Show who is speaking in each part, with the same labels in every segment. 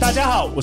Speaker 1: 大家好，我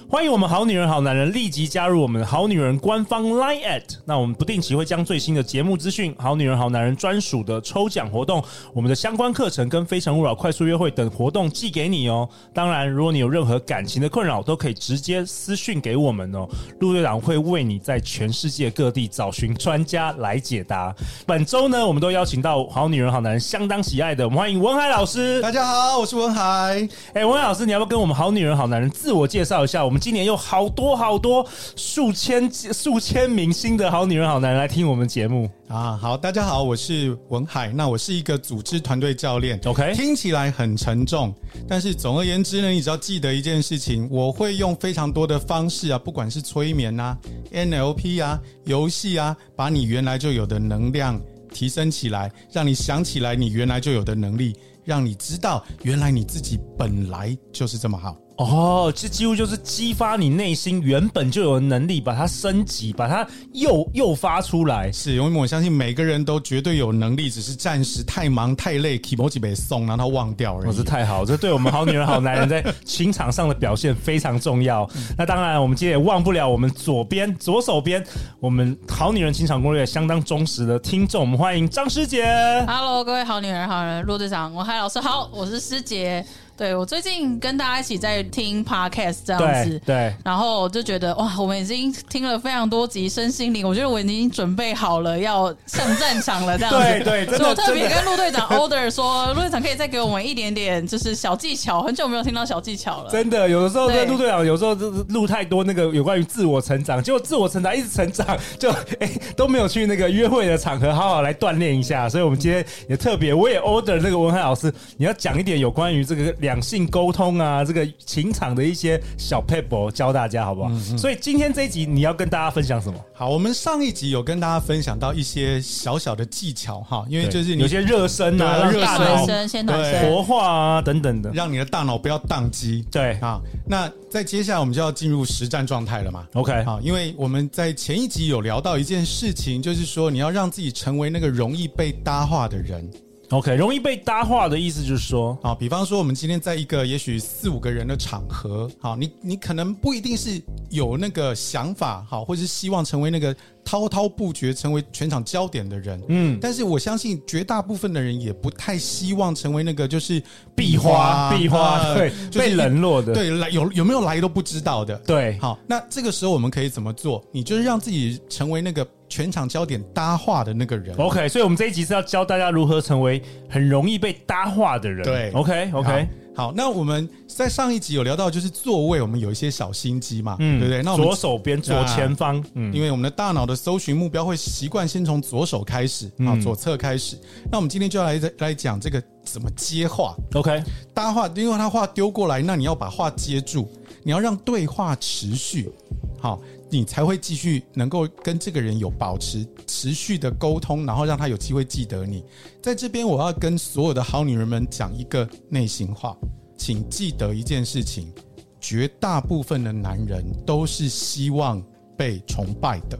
Speaker 1: 欢迎我们好女人、好男人立即加入我们好女人官方 Line at。那我们不定期会将最新的节目资讯、好女人、好男人专属的抽奖活动、我们的相关课程跟《非诚勿扰》快速约会等活动寄给你哦。当然，如果你有任何感情的困扰，都可以直接私讯给我们哦。陆队长会为你在全世界各地找寻专家来解答。本周呢，我们都邀请到好女人、好男人相当喜爱的，我们欢迎文海老 师。
Speaker 2: 大家好，我是文海。
Speaker 1: 哎、文海老师，你要不要跟我们好女人、好男人自我介绍一下？我们今年有好多好多数千数千名新的好女人、好男人来听我们节目。
Speaker 2: 啊，好，大家好，我是文海。那我是一个组织团队教练。
Speaker 1: OK
Speaker 2: 听起来很沉重，但是总而言之呢，你只要记得一件事情，我会用非常多的方式啊，不管是催眠啊、NLP 啊、游戏啊，把你原来就有的能量提升起来，让你想起来你原来就有的能力，让你知道原来你自己本来就是这么好。
Speaker 1: 哦，这几乎就是激发你内心原本就有的能力，把它升级，把它诱诱发出来。
Speaker 2: 是因为我相信每个人都绝对有能力，只是暂时太忙太累 k i m o j i 被送，让他忘掉而
Speaker 1: 哦，
Speaker 2: 已
Speaker 1: 这。太好，这对我们好女人、好男 人在情场上的表现非常重要。那当然，我们今天也忘不了我们左边、左手边，我们好女人情场攻略相当忠实的听众，我们欢迎张师姐。
Speaker 3: Hello，各位好女人、好人，陆队长，我嗨老师好，我是师姐。对我最近跟大家一起在听 podcast 这样
Speaker 1: 对
Speaker 3: 子，
Speaker 1: 对，
Speaker 3: 然后我就觉得哇，我们已经听了非常多集身心灵，我觉得我已经准备好了要上战场了，这样
Speaker 1: 对
Speaker 3: 子。
Speaker 1: 对真的
Speaker 3: 所以我特别
Speaker 1: 真的
Speaker 3: 跟陆队长 order 说，陆队长可以再给我们一点点就是小技巧，很久没有听到小技巧了。
Speaker 1: 真的，有的时候在
Speaker 3: 对
Speaker 1: 陆队长，有时候就是录太多那个有关于自我成长，结果自我成长一直成长，就哎、都没有去那个约会的场合好好来锻炼一下。所以我们今天也特别，我也 order 那个文海老师，你要讲一点有关于这个两性沟通啊，这个情场的一些小 paper 教大家好不好？
Speaker 2: 嗯
Speaker 1: 所以今天这一集你要跟大家分享什么？
Speaker 2: 好，我们上一集有跟大家分享到一些小小的技巧哈，因为就是你
Speaker 1: 有些热身啊，
Speaker 2: 对
Speaker 1: 让
Speaker 2: 热
Speaker 1: 大
Speaker 2: 身
Speaker 1: 脑
Speaker 3: 身先暖
Speaker 2: 对
Speaker 3: 身，
Speaker 1: 活化啊等等的。
Speaker 2: 让你的大脑不要宕机。
Speaker 1: 对
Speaker 2: 啊，那在接下来我们就要进入实战状态了嘛。
Speaker 1: ，OK，
Speaker 2: 好，因为我们在前一集有聊到一件事情，就是说你要让自己成为那个容易被搭话的人
Speaker 1: OK，容易被搭话的意思就是说，
Speaker 2: 啊。比方说，我们今天在一个也许四五个人的场合，好，你你可能不一定是有那个想法，好，或是希望成为那个滔滔不绝、成为全场焦点的人，
Speaker 1: 嗯，
Speaker 2: 但是我相信绝大部分的人也不太希望成为那个就是
Speaker 1: 壁花，壁花，
Speaker 2: 呃
Speaker 1: 对，
Speaker 2: 就是
Speaker 1: 被
Speaker 2: 一
Speaker 1: 冷落的，
Speaker 2: 对来有有没有来都不知道的。
Speaker 1: 对，
Speaker 2: 好，那这个时候我们可以怎么做？你就是让自己成为那个全场焦点搭话的那个人。
Speaker 1: OK，所以我们这一集是要教大家如何成为很容易被搭话的人。
Speaker 2: 对
Speaker 1: ，OK OK，
Speaker 2: 好，好，那我们在上一集有聊到，就是座位，我们有一些小心机嘛，
Speaker 1: 嗯，
Speaker 2: 对不对？那我
Speaker 1: 左
Speaker 2: 们
Speaker 1: 手边左前方，嗯，
Speaker 2: 因为我们的大脑的搜寻目标会习惯先从左手开始啊，
Speaker 1: 嗯
Speaker 2: 左侧开始。那我们今天就要来来讲这个怎么接话。
Speaker 1: OK，
Speaker 2: 搭话，因为他话丢过来，那你要把话接住，你要让对话持续，好，你才会继续能够跟这个人有保持持续的沟通，然后让他有机会记得你。在这边，我要跟所有的好女人们讲一个内心话，请记得一件事情：绝大部分的男人都是希望被崇拜的。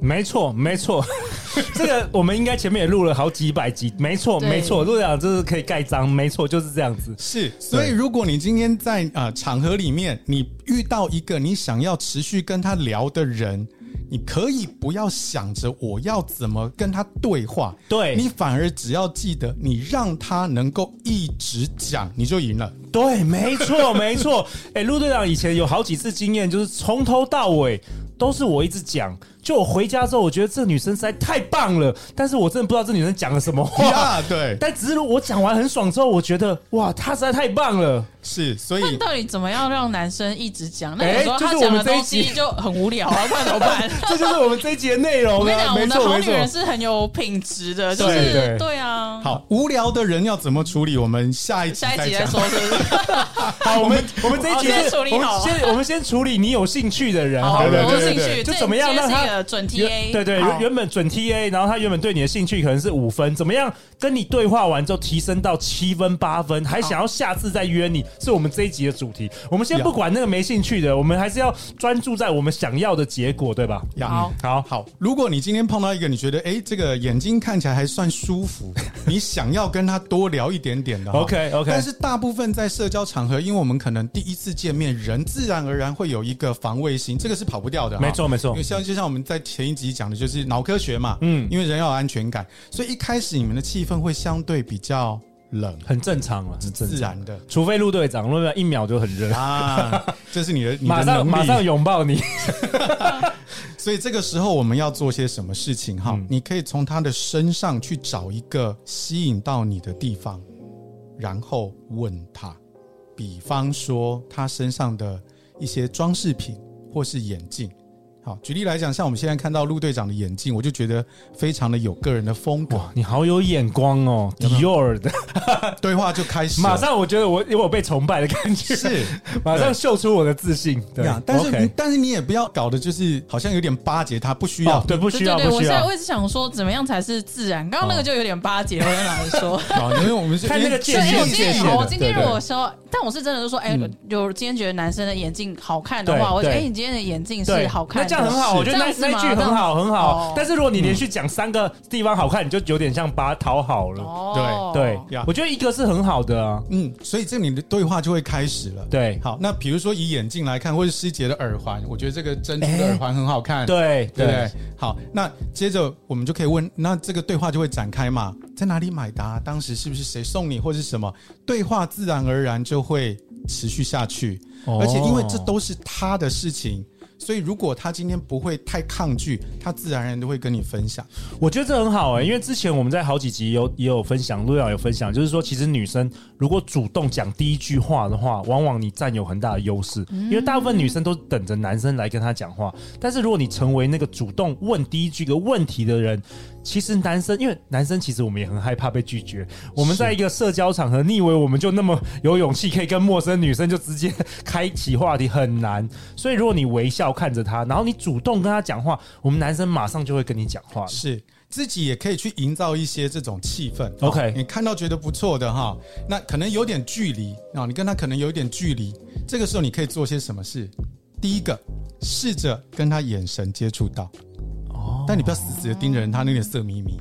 Speaker 1: 没错没错， 这个我们应该前面也录了好几百集，没错
Speaker 3: 对
Speaker 1: 没错，陆队长这是可以盖章，没错就是这样子。
Speaker 2: 是，所以如果你今天在呃场合里面，你遇到一个你想要持续跟他聊的人，你可以不要想着我要怎么跟他对话，
Speaker 1: 对
Speaker 2: 你反而只要记得你让他能够一直讲，你就赢了。
Speaker 1: 对，没错，没错。哎、陆队长以前有好几次经验，就是从头到尾都是我一直讲。就我回家之后，我觉得这女生实在太棒了，但是我真的不知道这女生讲了什么话。
Speaker 2: 呀，对，
Speaker 1: 但只是我讲完很爽之后，我觉得哇，她实在太棒了。
Speaker 2: 是，所
Speaker 3: 但
Speaker 2: 以
Speaker 3: 到底怎么样让男生一直讲？那
Speaker 1: 哎
Speaker 3: 有时候
Speaker 1: 这
Speaker 3: 他
Speaker 1: 是我
Speaker 3: 讲
Speaker 1: 们
Speaker 3: 的
Speaker 1: 这一
Speaker 3: 东西
Speaker 1: 集
Speaker 3: 就很无聊啊，不然怎么办？
Speaker 1: 这就是我们这一集的内容
Speaker 3: 我跟你
Speaker 1: 啊，
Speaker 3: 讲，我
Speaker 1: 没
Speaker 3: 们的好
Speaker 1: 错，没
Speaker 3: 女人
Speaker 1: 错。
Speaker 3: 是很有品质的，就
Speaker 1: 对对
Speaker 3: 是对啊。
Speaker 2: 好无聊的人要怎么处理？我们下一集
Speaker 3: 下一
Speaker 2: 再
Speaker 3: 集再
Speaker 2: 讲。
Speaker 3: 说是 不是？
Speaker 1: 好，我们我们这一集
Speaker 3: 哦先
Speaker 1: 是，
Speaker 3: 处理
Speaker 1: 我
Speaker 3: 好
Speaker 1: 们
Speaker 3: 啊
Speaker 1: 先我们先处理你有兴趣的人，
Speaker 3: 好，
Speaker 1: 好
Speaker 2: 对
Speaker 3: 我
Speaker 2: 对
Speaker 1: 了。
Speaker 2: 对
Speaker 3: 有
Speaker 2: 对
Speaker 3: 兴
Speaker 2: 对
Speaker 3: 趣，
Speaker 1: 就
Speaker 3: 这
Speaker 1: 怎么样
Speaker 3: 今
Speaker 1: 让
Speaker 3: 天是
Speaker 1: 他
Speaker 3: 一个准
Speaker 1: 原
Speaker 3: TA？
Speaker 1: 对对，原
Speaker 3: 好
Speaker 1: 原本准 TA，然后他原本对你的兴趣可能是五分，怎么样跟你对话完之后提升到七分八分，还想要下次再约你，是我们这一集的主题。我们先
Speaker 2: 呀
Speaker 1: 不管那个没兴趣的，我们还是要专注在我们想要的结果，对吧？
Speaker 2: 呀
Speaker 3: 好
Speaker 1: 好，
Speaker 2: 好，如果你今天碰到一个你觉得哎、诶这个眼睛看起来还算 舒服，你想要跟他多聊一点点的话
Speaker 1: OK，OK
Speaker 2: 但是大部分在社交场合，因为我们可能第一次见面，人自然而然会有一个防卫心，这个是跑不掉的哈。
Speaker 1: 没错没错
Speaker 2: 因为像就像我们在前一集讲的，就是脑科学嘛，
Speaker 1: 嗯
Speaker 2: 嗯，因为人要有安全感，所以一开始你们的气氛会相对比较冷，
Speaker 1: 很正常了，很正
Speaker 2: 自
Speaker 1: 常。
Speaker 2: 然的
Speaker 1: 除非陆队长，陆队长一秒就很热，
Speaker 2: 啊，这是你的你
Speaker 1: 马
Speaker 2: 的能
Speaker 1: 上
Speaker 2: 力。
Speaker 1: 马上拥抱 你。
Speaker 2: 所以这个时候我们要做些什么事情
Speaker 1: 嗯
Speaker 2: 哈？你可以从他的身上去找一个吸引到你的地方，然后问他，比方说他身上的一些装饰品或是眼镜。好，举例来讲，像我们现在看到陆队长的眼镜，我就觉得非常的有个人的风格。
Speaker 1: 你好有眼光哦，Dior 的。
Speaker 2: 对话就开始 了，
Speaker 1: 马上我觉得我有我被崇拜的感觉，
Speaker 2: 是
Speaker 1: 马上秀出我的自信。对
Speaker 2: 呀，但是
Speaker 1: OK
Speaker 2: 你但是你也不要搞的，就是好像有点巴结他，不需要
Speaker 1: 哦，对，不
Speaker 3: 对
Speaker 1: 需
Speaker 3: 对
Speaker 1: 要
Speaker 3: 对，
Speaker 1: 不
Speaker 3: 我
Speaker 1: 需
Speaker 3: 现在
Speaker 1: 要
Speaker 3: 我。一直想说，怎么样才是自然？刚刚那个就有点巴结，我跟老师 说。
Speaker 2: 好，哦因为我们是
Speaker 1: 看那个
Speaker 2: 因为
Speaker 1: 界限
Speaker 3: 对，我今
Speaker 1: 界限
Speaker 3: 天哦我今
Speaker 1: 对
Speaker 3: 天
Speaker 1: 对嗯
Speaker 3: 如果说，但我是真的就说，哎，有今天觉得男生的眼镜好看的话，
Speaker 1: 对
Speaker 3: 我觉得
Speaker 1: 对
Speaker 3: 哎，你今天的眼镜
Speaker 1: 对，
Speaker 3: 是好看
Speaker 1: 那
Speaker 3: 的，
Speaker 1: 这样很好，
Speaker 2: 是
Speaker 1: 我觉得那
Speaker 3: 这样子
Speaker 1: 那
Speaker 3: 吗
Speaker 1: 一句很好，很好
Speaker 3: 哦。
Speaker 1: 但是如果你连续讲三个地方好看，你就有点像把它讨好了。
Speaker 3: 哦，
Speaker 1: 对
Speaker 2: 呀，
Speaker 1: 我觉得一个是很好的啊。
Speaker 2: 嗯，所以这里的对话就会开始了。
Speaker 1: 对
Speaker 2: 好，那比如说以眼镜来看，或是师姐的耳环，我觉得这个珍珠的耳环很好看，
Speaker 1: 哎对
Speaker 2: 对不对，？好，那接着我们就可以问，那这个对话就会展开嘛，在哪里买的啊、当时是不是谁送你，或是什么？对话自然而然就会持续下去，
Speaker 1: 哦
Speaker 2: 而且因为这都是他的事情。所以，如果他今天不会太抗拒，他自然而然就会跟你分享。
Speaker 1: 我觉得这很好哎、因为之前我们在好几集有也有分享，陆瑶有分享，就是说其实女生如果主动讲第一句话的话，往往你占有很大的优势，因为大部分女生都等着男生来跟她讲话。但是如果你成为那个主动问第一句个问题的人，其实男生因为男生其实我们也很害怕被拒绝，我们在一个社交场合，你以为我们就那么有勇气可以跟陌生女生就直接开启话题很难，所以如果你微笑看着她，然后你主动跟她讲话，我们男生马上就会跟你讲话了。
Speaker 2: 是自己也可以去营造一些这种气氛。哦
Speaker 1: OK
Speaker 2: 你看到觉得不错的哈，那可能有点距离啊，你跟他可能有点距离，这个时候你可以做些什么事？第一个，试着跟他眼神接触到，
Speaker 1: 哦
Speaker 2: 但你不要死死的盯着人，他那脸色眯眯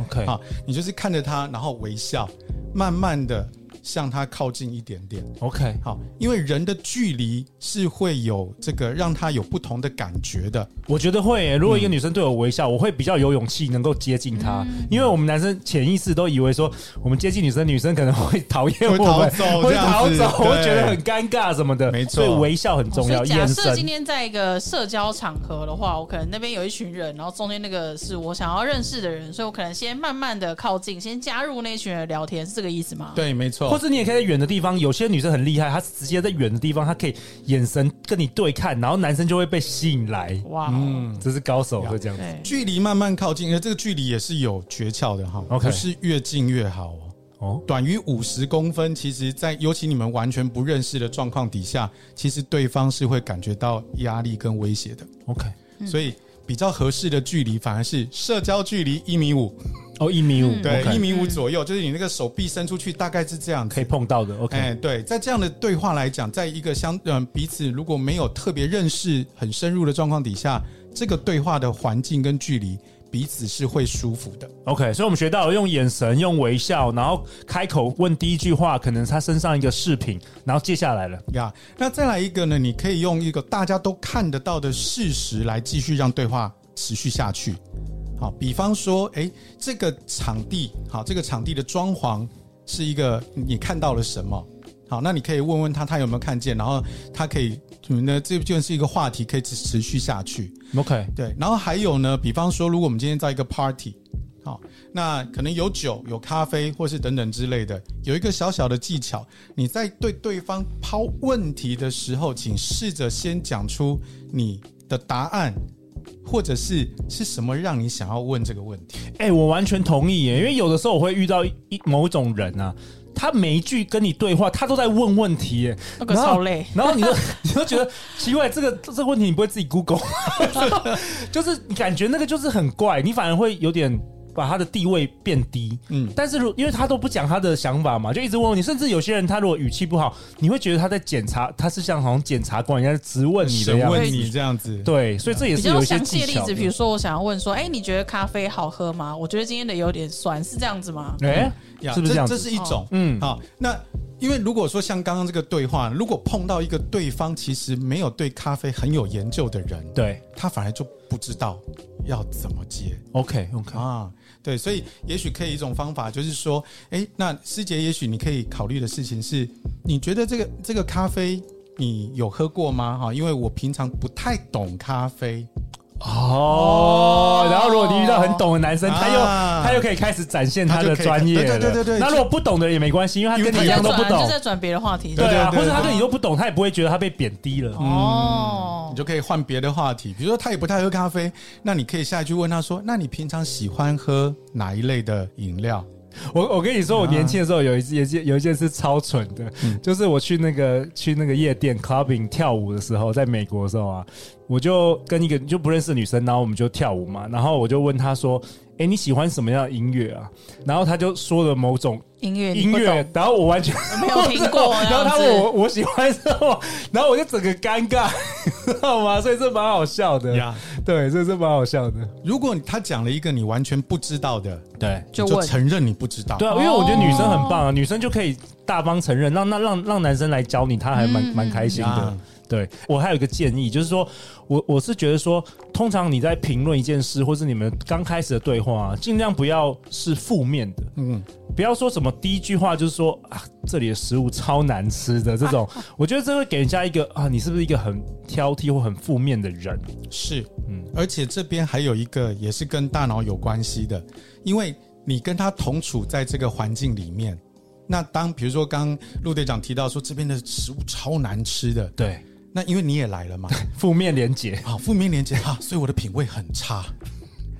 Speaker 1: OK，
Speaker 2: 啊，你就是看着他，然后微笑，慢慢的向他靠近一点点。
Speaker 1: ，OK，
Speaker 2: 好，因为人的距离是会有这个让他有不同的感觉的。
Speaker 1: 我觉得会耶、如果一个女生对我微笑，我会比较有勇气能够接近她，
Speaker 2: 嗯
Speaker 1: 因为我们男生潜意识都以为说，我们接近女生，女生可能会讨厌我
Speaker 2: 会
Speaker 1: 们，
Speaker 2: 逃 走
Speaker 1: 会
Speaker 2: 这样
Speaker 1: 逃
Speaker 2: 子
Speaker 1: 走，
Speaker 2: 对
Speaker 1: 会觉得很尴尬什么的。
Speaker 2: 没错
Speaker 1: 所以微笑很重要，
Speaker 3: 哦所以假
Speaker 1: 眼
Speaker 3: 设今
Speaker 1: 神。
Speaker 3: 天在一个社交场合的话，我可能那边有一群人，然后中间那个是我想要认识的人，所以我可能先慢慢的靠近，先加入那群人聊天，是这个意思吗？，
Speaker 2: 对，没错。
Speaker 1: 或者你也可以在远的地方，有些女生很厉害，她直接在远的地方，她可以眼神跟你对看，然后男生就会被吸引来。
Speaker 3: 哇、哦
Speaker 1: 嗯，这是高手会这样子。
Speaker 3: 对，
Speaker 2: 距离慢慢靠近，而这个距离也是有诀窍的哈
Speaker 1: OK
Speaker 2: 不是越近越好哦。
Speaker 1: 哦，
Speaker 2: 短于五十公分，其实在尤其你们完全不认识的状况底下，其实对方是会感觉到压力跟威胁的。
Speaker 1: OK，
Speaker 2: 所以比较合适的距离反而是社交距离一米五，
Speaker 1: 哦，一米五，
Speaker 2: 对，一
Speaker 1: OK，
Speaker 2: 米五左右，就是你那个手臂伸出去大概是这样子
Speaker 1: 可以。碰到的。OK，
Speaker 2: 哎、对，在这样的对话来讲，在一个相嗯、彼此如果没有特别认识很深入的状况底下，这个对话的环境跟距离彼此是会舒服的。
Speaker 1: OK，所以我们学到了用眼神、用微笑，然后开口问第一句话，可能是他身上一个饰品，然后接下来了。
Speaker 2: 呀、那再来一个呢？你可以用一个大家都看得到的事实来继续让对话持续下去。好，比方说，诶，这个场地，好，这个场地的装潢是一个你看到了什么？好，那你可以问问他，他有没有看见？然后他可以，嗯那这就是一个话题，可以持持续下去。
Speaker 1: OK，
Speaker 2: 对，然后还有呢，比方说，如果我们今天在一个 party，好，那可能有酒、有咖啡，或是等等之类的，有一个小小的技巧，你在对对方抛问题的时候，请试着先讲出你的答案，或者是是什么让你想要问这个问题。
Speaker 1: 哎、我完全同意耶，因为有的时候我会遇到一一某种人啊，他每一句跟你对话，他都在问问题耶，
Speaker 3: 那个
Speaker 1: 然后
Speaker 3: 超累。
Speaker 1: 然后你就你就觉得奇怪，这个这个问题你不会自己 Google，就是你感觉那个就是很怪，你反而会有点把他的地位变低。
Speaker 2: 嗯，
Speaker 1: 但是如因为他都不讲他的想法嘛，就一直问问你，甚至有些人他如果语气不好，你会觉得他在检查，他是像好像检察官一样在质问你的
Speaker 2: 审
Speaker 1: 样
Speaker 2: 问
Speaker 1: 子。
Speaker 2: 你这样子，
Speaker 1: 对，所以这也
Speaker 3: 比
Speaker 1: 是
Speaker 3: 较
Speaker 1: 有一些
Speaker 3: 详细
Speaker 1: 技
Speaker 3: 的例
Speaker 1: 巧
Speaker 3: 子，。比如说我想要问说，哎、你觉得咖啡好喝吗？我觉得今天的有点酸，是这样子吗？
Speaker 1: 哎、
Speaker 2: 呀
Speaker 1: 是不是这样
Speaker 2: 这
Speaker 1: 子？
Speaker 2: 是一种。
Speaker 1: 嗯，
Speaker 2: 好，那因为如果说像刚刚这个对话，如果碰到一个对方其实没有对咖啡很有研究的人，
Speaker 1: 对
Speaker 2: 他反而就不知道要怎么接
Speaker 1: ，OK OK，
Speaker 2: 啊。对，所以也许可以一种方法，就是说，诶，那师姐，也许你可以考虑的事情是，你觉得这个这个咖啡你有喝过吗？哈，因为我平常不太懂咖啡，
Speaker 1: 哦，然后如果你遇到很懂的男生，他又
Speaker 2: 啊
Speaker 1: 他又可以开始展现他
Speaker 2: 他
Speaker 1: 的
Speaker 2: 就可以
Speaker 1: 专业了。
Speaker 2: 对对对对对
Speaker 1: 那如果不懂的也没关系，因为他哎跟你一样都不
Speaker 3: 就
Speaker 1: 懂，
Speaker 3: 在转别的话题。
Speaker 1: 对啊，
Speaker 2: 对对对嗯
Speaker 1: 或者他跟你都不懂，他也不会觉得他被贬低了。
Speaker 3: 哦
Speaker 1: 嗯
Speaker 2: 你，就可以换别的话题，比如说他也不太喝咖啡，那你可以下一句问他说，那你平常喜欢喝哪一类的饮料？
Speaker 1: 我我跟你说，我年轻的时
Speaker 2: 啊
Speaker 1: 候有一次有一件有一件事超蠢的，
Speaker 2: 嗯
Speaker 1: 就是我去那个去那个夜店 clubbing 跳舞的时候，在美国的时候啊，我就跟一个就不认识的女生，然后我们就跳舞嘛，然后我就问她说：“哎，你喜欢什么样的音乐啊？”然后她就说了某种
Speaker 3: 音乐你
Speaker 1: 音
Speaker 3: 不懂
Speaker 1: 乐，然后我完全
Speaker 3: 没有听过
Speaker 1: 然后他
Speaker 3: 这
Speaker 1: 问
Speaker 3: 样子
Speaker 1: 我我喜欢什么，然后我就整个尴尬， 知道吗？所以这蛮好笑的
Speaker 2: 呀
Speaker 1: 对，这这蛮好笑的，
Speaker 2: 如果他讲了一个你完全不知道的，
Speaker 1: 对
Speaker 3: 就
Speaker 2: 你就
Speaker 3: 问，
Speaker 2: 承认你不知道。
Speaker 1: 对啊，因为我觉得女生很棒啊，女生就可以大方承认，让那让让男生来教你，他还蛮
Speaker 3: 嗯
Speaker 1: 蛮开心的
Speaker 2: 啊。
Speaker 1: 对我还有一个建议，就是说我我是觉得说，通常你在评论一件事，或是你们刚开始的对话、啊，尽量不要是负面的，
Speaker 2: 嗯，
Speaker 1: 不要说什么第一句话就是说啊，这里的食物超难吃的这 种，我觉得这会给人家一个啊，你是不是一个很挑剔或很负面的人？
Speaker 2: 是，
Speaker 1: 嗯
Speaker 2: 嗯，而且这边还有一个也是跟大脑有关系的，因为你跟他同处在这个环境里面。那当比如说刚陆队长提到说这边的食物超难吃的，
Speaker 1: 对，
Speaker 2: 那因为你也来了嘛，
Speaker 1: 负面连结。
Speaker 2: 啊，负面连接啊，所以我的品味很差，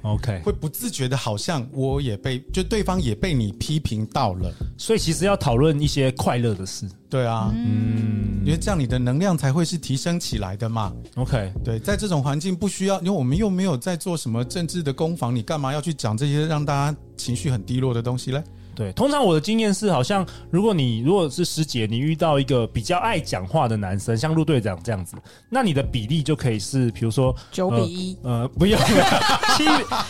Speaker 1: OK，
Speaker 2: 会不自觉的好像我也被就对方也被你批评到了，
Speaker 1: 所以其实要讨论一些快乐的事。
Speaker 2: 对啊，
Speaker 1: 嗯
Speaker 2: 因为这样你的能量才会是提升起来的嘛。
Speaker 1: ，OK，
Speaker 2: 对，在这种环境不需要，因为我们又没有在做什么政治的攻防，你干嘛要去讲这些让大家情绪很低落的东西嘞？
Speaker 1: 对，通常我的经验是，好像如果你如果是师姐，你遇到一个比较爱讲话的男生，像陆队长这样子，那你的比例就可以是，比如说
Speaker 3: 九比一，
Speaker 1: 呃，不用了， 七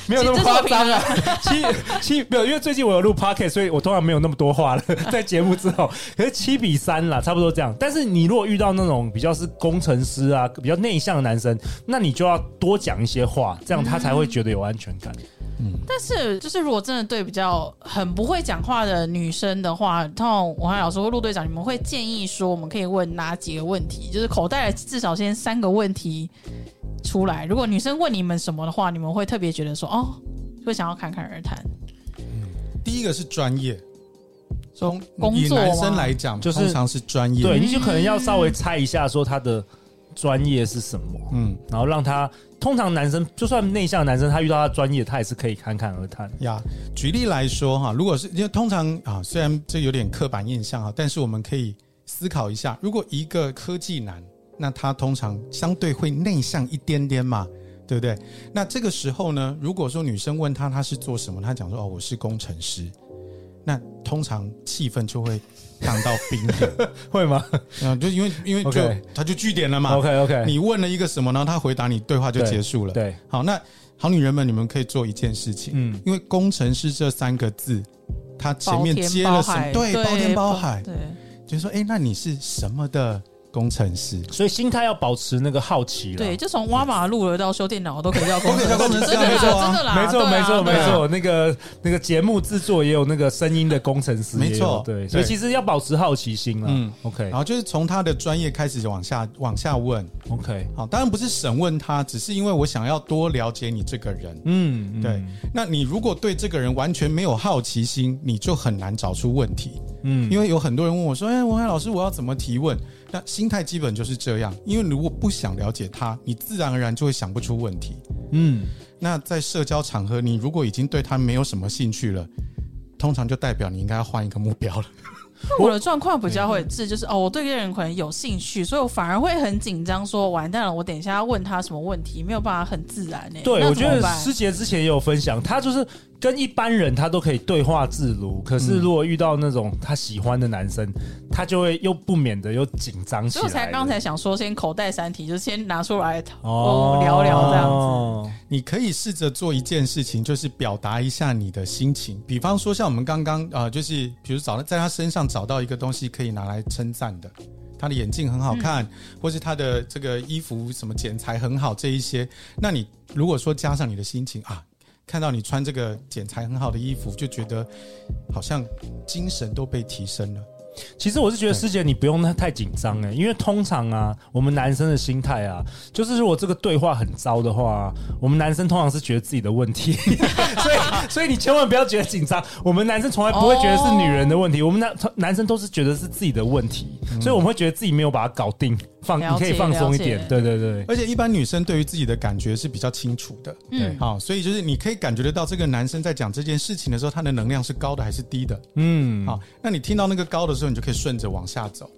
Speaker 1: 没有那么夸张啊，七七没有，因为最近我有录 p o c k e t 所以我通常没有那么多话了， 在节目之后，可是七比三啦，差不多这样。但是你如果遇到那种比较是工程师啊，比较内向的男生，那你就要多讲一些话，这样他才会觉得有安全感。
Speaker 3: 但是就是如果真的对比较很不会讲话的女生的话，通常我和老师或陆队长，你们会建议说我们可以问哪几个问题？就是口袋至少先三个问题出来。如果女生问你们什么的话，你们会特别觉得说哦，会想要侃侃而谈。
Speaker 2: 第一个是专业，从
Speaker 3: 工
Speaker 2: 以
Speaker 3: 作
Speaker 2: 男生
Speaker 3: 吗
Speaker 2: 来讲，
Speaker 1: 就是
Speaker 2: 通常是专业。
Speaker 1: 对，，你就可能要稍微猜一下，说他的专业是什么，
Speaker 2: 嗯
Speaker 1: 然后让他。通常男生就算内向的男生，他遇到他的专业，他也是可以侃侃而谈。
Speaker 2: 呀，举例来说哈，如果是因为通常啊，虽然这有点刻板印象啊，但是我们可以思考一下，如果一个科技男，那他通常相对会内向一点点嘛。对不对？那这个时候呢，如果说女生问他他是做什么，他讲说哦我是工程师，那通常气氛就会降到冰 点，
Speaker 1: 会吗
Speaker 2: 嗯，就因为因为就
Speaker 1: OK
Speaker 2: 他就据点了嘛。
Speaker 1: ？OK OK，
Speaker 2: 你问了一个什么，然后他回答你，对话就
Speaker 1: 对
Speaker 2: 结束了。
Speaker 1: 对，
Speaker 2: 好，那好女人们，你们可以做一件事情，
Speaker 1: 嗯
Speaker 2: 因为工程师这三个字，它前面
Speaker 3: 包天
Speaker 2: 接了
Speaker 3: 包
Speaker 2: 什么？
Speaker 3: 海
Speaker 2: 对，包天包海，
Speaker 3: 对，
Speaker 2: 就说，哎、那你是什么的工程师？
Speaker 1: 所以心态要保持那个好奇啦
Speaker 3: 对，就从挖马路了到修电脑都可以叫工程
Speaker 2: 都可以叫工程
Speaker 3: 师，
Speaker 2: 师
Speaker 3: 真的
Speaker 2: 没错
Speaker 3: 啦，
Speaker 2: 啊
Speaker 3: 真的啦，
Speaker 1: 没错，
Speaker 3: 对啊
Speaker 1: 没错，
Speaker 3: 对
Speaker 1: 没
Speaker 3: 啊
Speaker 1: 错。那个那个节目制作也有那个声音的工程师也有，
Speaker 2: 没错
Speaker 1: 对，
Speaker 2: 对
Speaker 1: 所以其实要保持好奇心啦。嗯
Speaker 2: 嗯
Speaker 1: ，OK，
Speaker 2: 然后就是从他的专业开始往下往下问，
Speaker 1: OK，
Speaker 2: 好，当然不是审问他，只是因为我想要多了解你这个人。
Speaker 1: 嗯，嗯
Speaker 2: 对，，那你如果对这个人完全没有好奇心，你就很难找出问题。
Speaker 1: 嗯，
Speaker 2: 因为有很多人问我说：“哎，文海老师，我要怎么提问？”那心态基本就是这样，因为如果不想了解他，你自然而然就会想不出问题。
Speaker 1: 嗯，
Speaker 2: 那在社交场合，你如果已经对他没有什么兴趣了，通常就代表你应该要换一个目标了。
Speaker 3: 我的状况比较会是，就是哦，我对这个人可能有兴趣，所以我反而会很紧张，说完蛋了，我等一下要问他什么问题，没有办法很自然呢、
Speaker 1: 对，
Speaker 3: 那
Speaker 1: 我
Speaker 3: 怎
Speaker 1: 觉
Speaker 3: 么
Speaker 1: 得
Speaker 3: 办
Speaker 1: 师姐之前也有分享，她就是跟一般人她都可以对话自如，可是如果遇到那种她喜欢的男生，她就会又不免的又紧张起来
Speaker 3: 所以
Speaker 1: 了。
Speaker 3: 我才刚才想说，先口袋三题，就是先拿出来
Speaker 1: 哦
Speaker 3: 哦聊聊这样子。
Speaker 1: 子，
Speaker 2: 你可以试着做一件事情，就是表达一下你的心情。比方说，像我们刚刚呃，就是比如找到在他身上找到一个东西可以拿来称赞的，他的眼镜很好看，或是他的这个衣服什么剪裁很好这一些。那你如果说加上你的心情啊，看到你穿这个剪裁很好的衣服，就觉得好像精神都被提升了。
Speaker 1: 其实我是觉得师姐你不用太紧张哎，因为通常啊，我们男生的心态啊，就是如果这个对话很糟的话啊、我们男生通常是觉得自己的问 题，所以所以你千万不要觉得紧张。我们男生从来不会觉得是女人的问题，我们男男生都是觉得是自己的问题，所以我们会觉得自己没有把它搞定，放
Speaker 3: 嗯了解
Speaker 1: 你可以放松一点
Speaker 3: 了，解
Speaker 1: 对对对，
Speaker 2: 而且一般女生对于自己的感觉是比较清楚的，
Speaker 3: 嗯，
Speaker 2: 好、所以就是你可以感觉得到这个男生在讲这件事情的时候，他的能量是高的还是低的。
Speaker 1: 嗯，
Speaker 2: 好、那你听到那个高的时候，你就可以顺着往下走。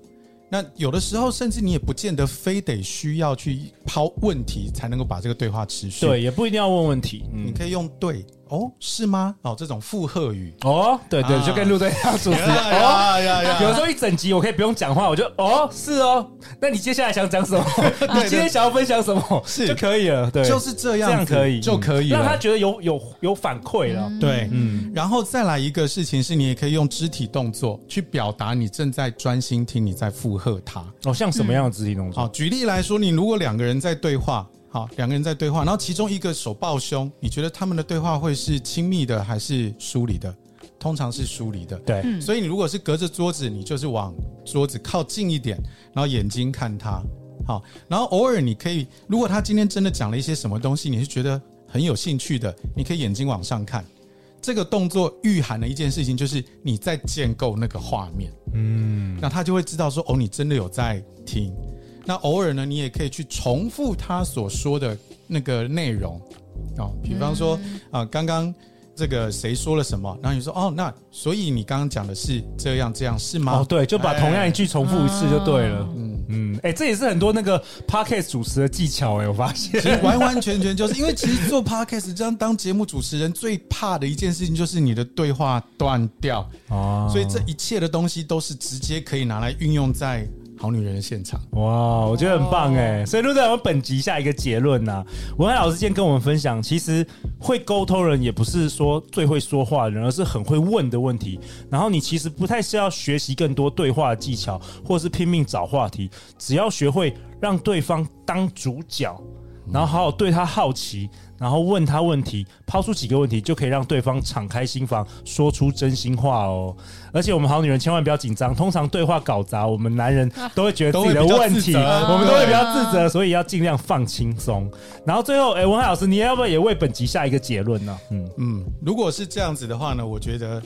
Speaker 2: 那有的时候，甚至你也不见得非得需要去抛问题才能够把这个对话持续。，
Speaker 1: 对，也不一定要问问题，嗯
Speaker 2: 你。可以用“对”哦，是吗？哦，这种附和语。
Speaker 1: 哦，对对，
Speaker 2: 啊
Speaker 1: 就跟陆队长主持。哦，
Speaker 2: 呀呀
Speaker 1: 有时候一整集我可以不用讲话，我就哦是哦，那你接下来想讲 什么？ 你今天想要分享什么
Speaker 2: 是
Speaker 1: 就可以了，对，
Speaker 2: 就是这样
Speaker 1: 这
Speaker 2: 子，
Speaker 1: 样可以
Speaker 2: 就可以
Speaker 1: 让
Speaker 2: 了。
Speaker 1: 他觉得有有有反馈了。
Speaker 2: 对，
Speaker 1: 嗯，
Speaker 2: 然后再来一个事情是，你也可以用肢体动作去表达你正在专心听，你在附和他。
Speaker 1: 哦，像什么样的肢体动作？
Speaker 2: 好，举例来说，你如果两个人在对话，好，两个人在对话，然后其中一个手抱胸，你觉得他们的对话会是亲密的还是疏离的？通常是疏离的。
Speaker 1: 对，
Speaker 3: 嗯
Speaker 2: 所以你如果是隔着桌子，你就是往桌子靠近一点，然后眼睛看他，好，然后偶尔你可以，如果他今天真的讲了一些什么东西，你是觉得很有兴趣的，你可以眼睛往上看。这个动作蕴含了一件事情，就是你在建构那个画面，
Speaker 1: 嗯，
Speaker 2: 那他就会知道说，哦，你真的有在听。那偶尔呢，你也可以去重复他所说的那个内容，哦，比方说啊、刚刚这个谁说了什么，然后你说，哦，那所以你刚刚讲的是这样这样是吗？
Speaker 1: 哦，对，就把同样一句重复一次就对了。
Speaker 2: 嗯，
Speaker 1: 嗯，哎，这也是很多那个 podcast 主持的技巧哎，我发现
Speaker 2: 其实完完全全就是因为其实做 podcast 这样当节目主持人最怕的一件事情就是你的对话断掉，
Speaker 1: 哦
Speaker 2: 所以这一切的东西都是直接可以拿来运用在好女人的现场。
Speaker 1: 哇，我觉得很棒哎、所以陆队长，我们本集下一个结论呐、文海老师今天跟我们分享，其实会沟通人也不是说最会说话的人，而是很会问的问题。然后你其实不太是要学习更多对话的技巧，或是拼命找话题，只要学会让对方当主角，然后好好对他好奇，然后问他问题，抛出几个问题，就可以让对方敞开心房，说出真心话哦。而且我们好女人千万不要紧张，通常对话搞砸，我们男人都会觉得自己的问题，
Speaker 2: 都会比较自责
Speaker 1: 我们都会比较自责，所以要尽量放轻松。然后最后，哎，文海老师，你要不要也为本集下一个结论呢、 嗯，
Speaker 2: 嗯，如果是这样子的话呢，我觉得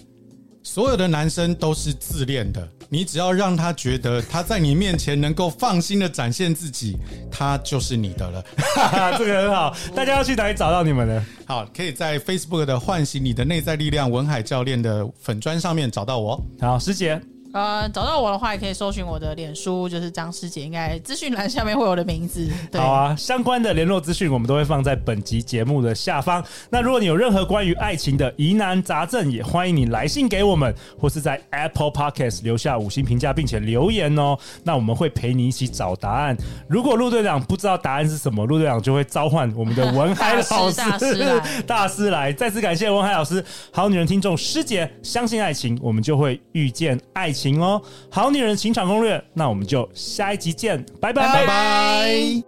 Speaker 2: 所有的男生都是自恋的。你只要让他觉得他在你面前能够放心的展现自己，他就是你的了。
Speaker 1: 哈哈，这个很好，大家要去哪里找到你们呢？
Speaker 2: 好，可以在 Facebook 的唤醒你的内在力量文海教练的粉砖上面找到我。
Speaker 1: 好，师姐，
Speaker 3: 呃，找到我的话，也可以搜寻我的脸书，就是张师姐，应该资讯栏下面会有我的名字。对，
Speaker 1: 好啊，相关的联络资讯我们都会放在本集节目的下方。那如果你有任何关于爱情的疑难杂症，也欢迎你来信给我们，或是在 Apple Podcast 留下五星评价，并且留言哦。那我们会陪你一起找答案。如果陆队长不知道答案是什么，陆队长就会召唤我们的文海老师
Speaker 3: 大师大师来
Speaker 1: 大师来。再次感谢文海老师，好女人听众师姐，相信爱情，我们就会遇见爱情哦。好女人情场攻略，那我们就下一集见，拜拜
Speaker 2: 拜拜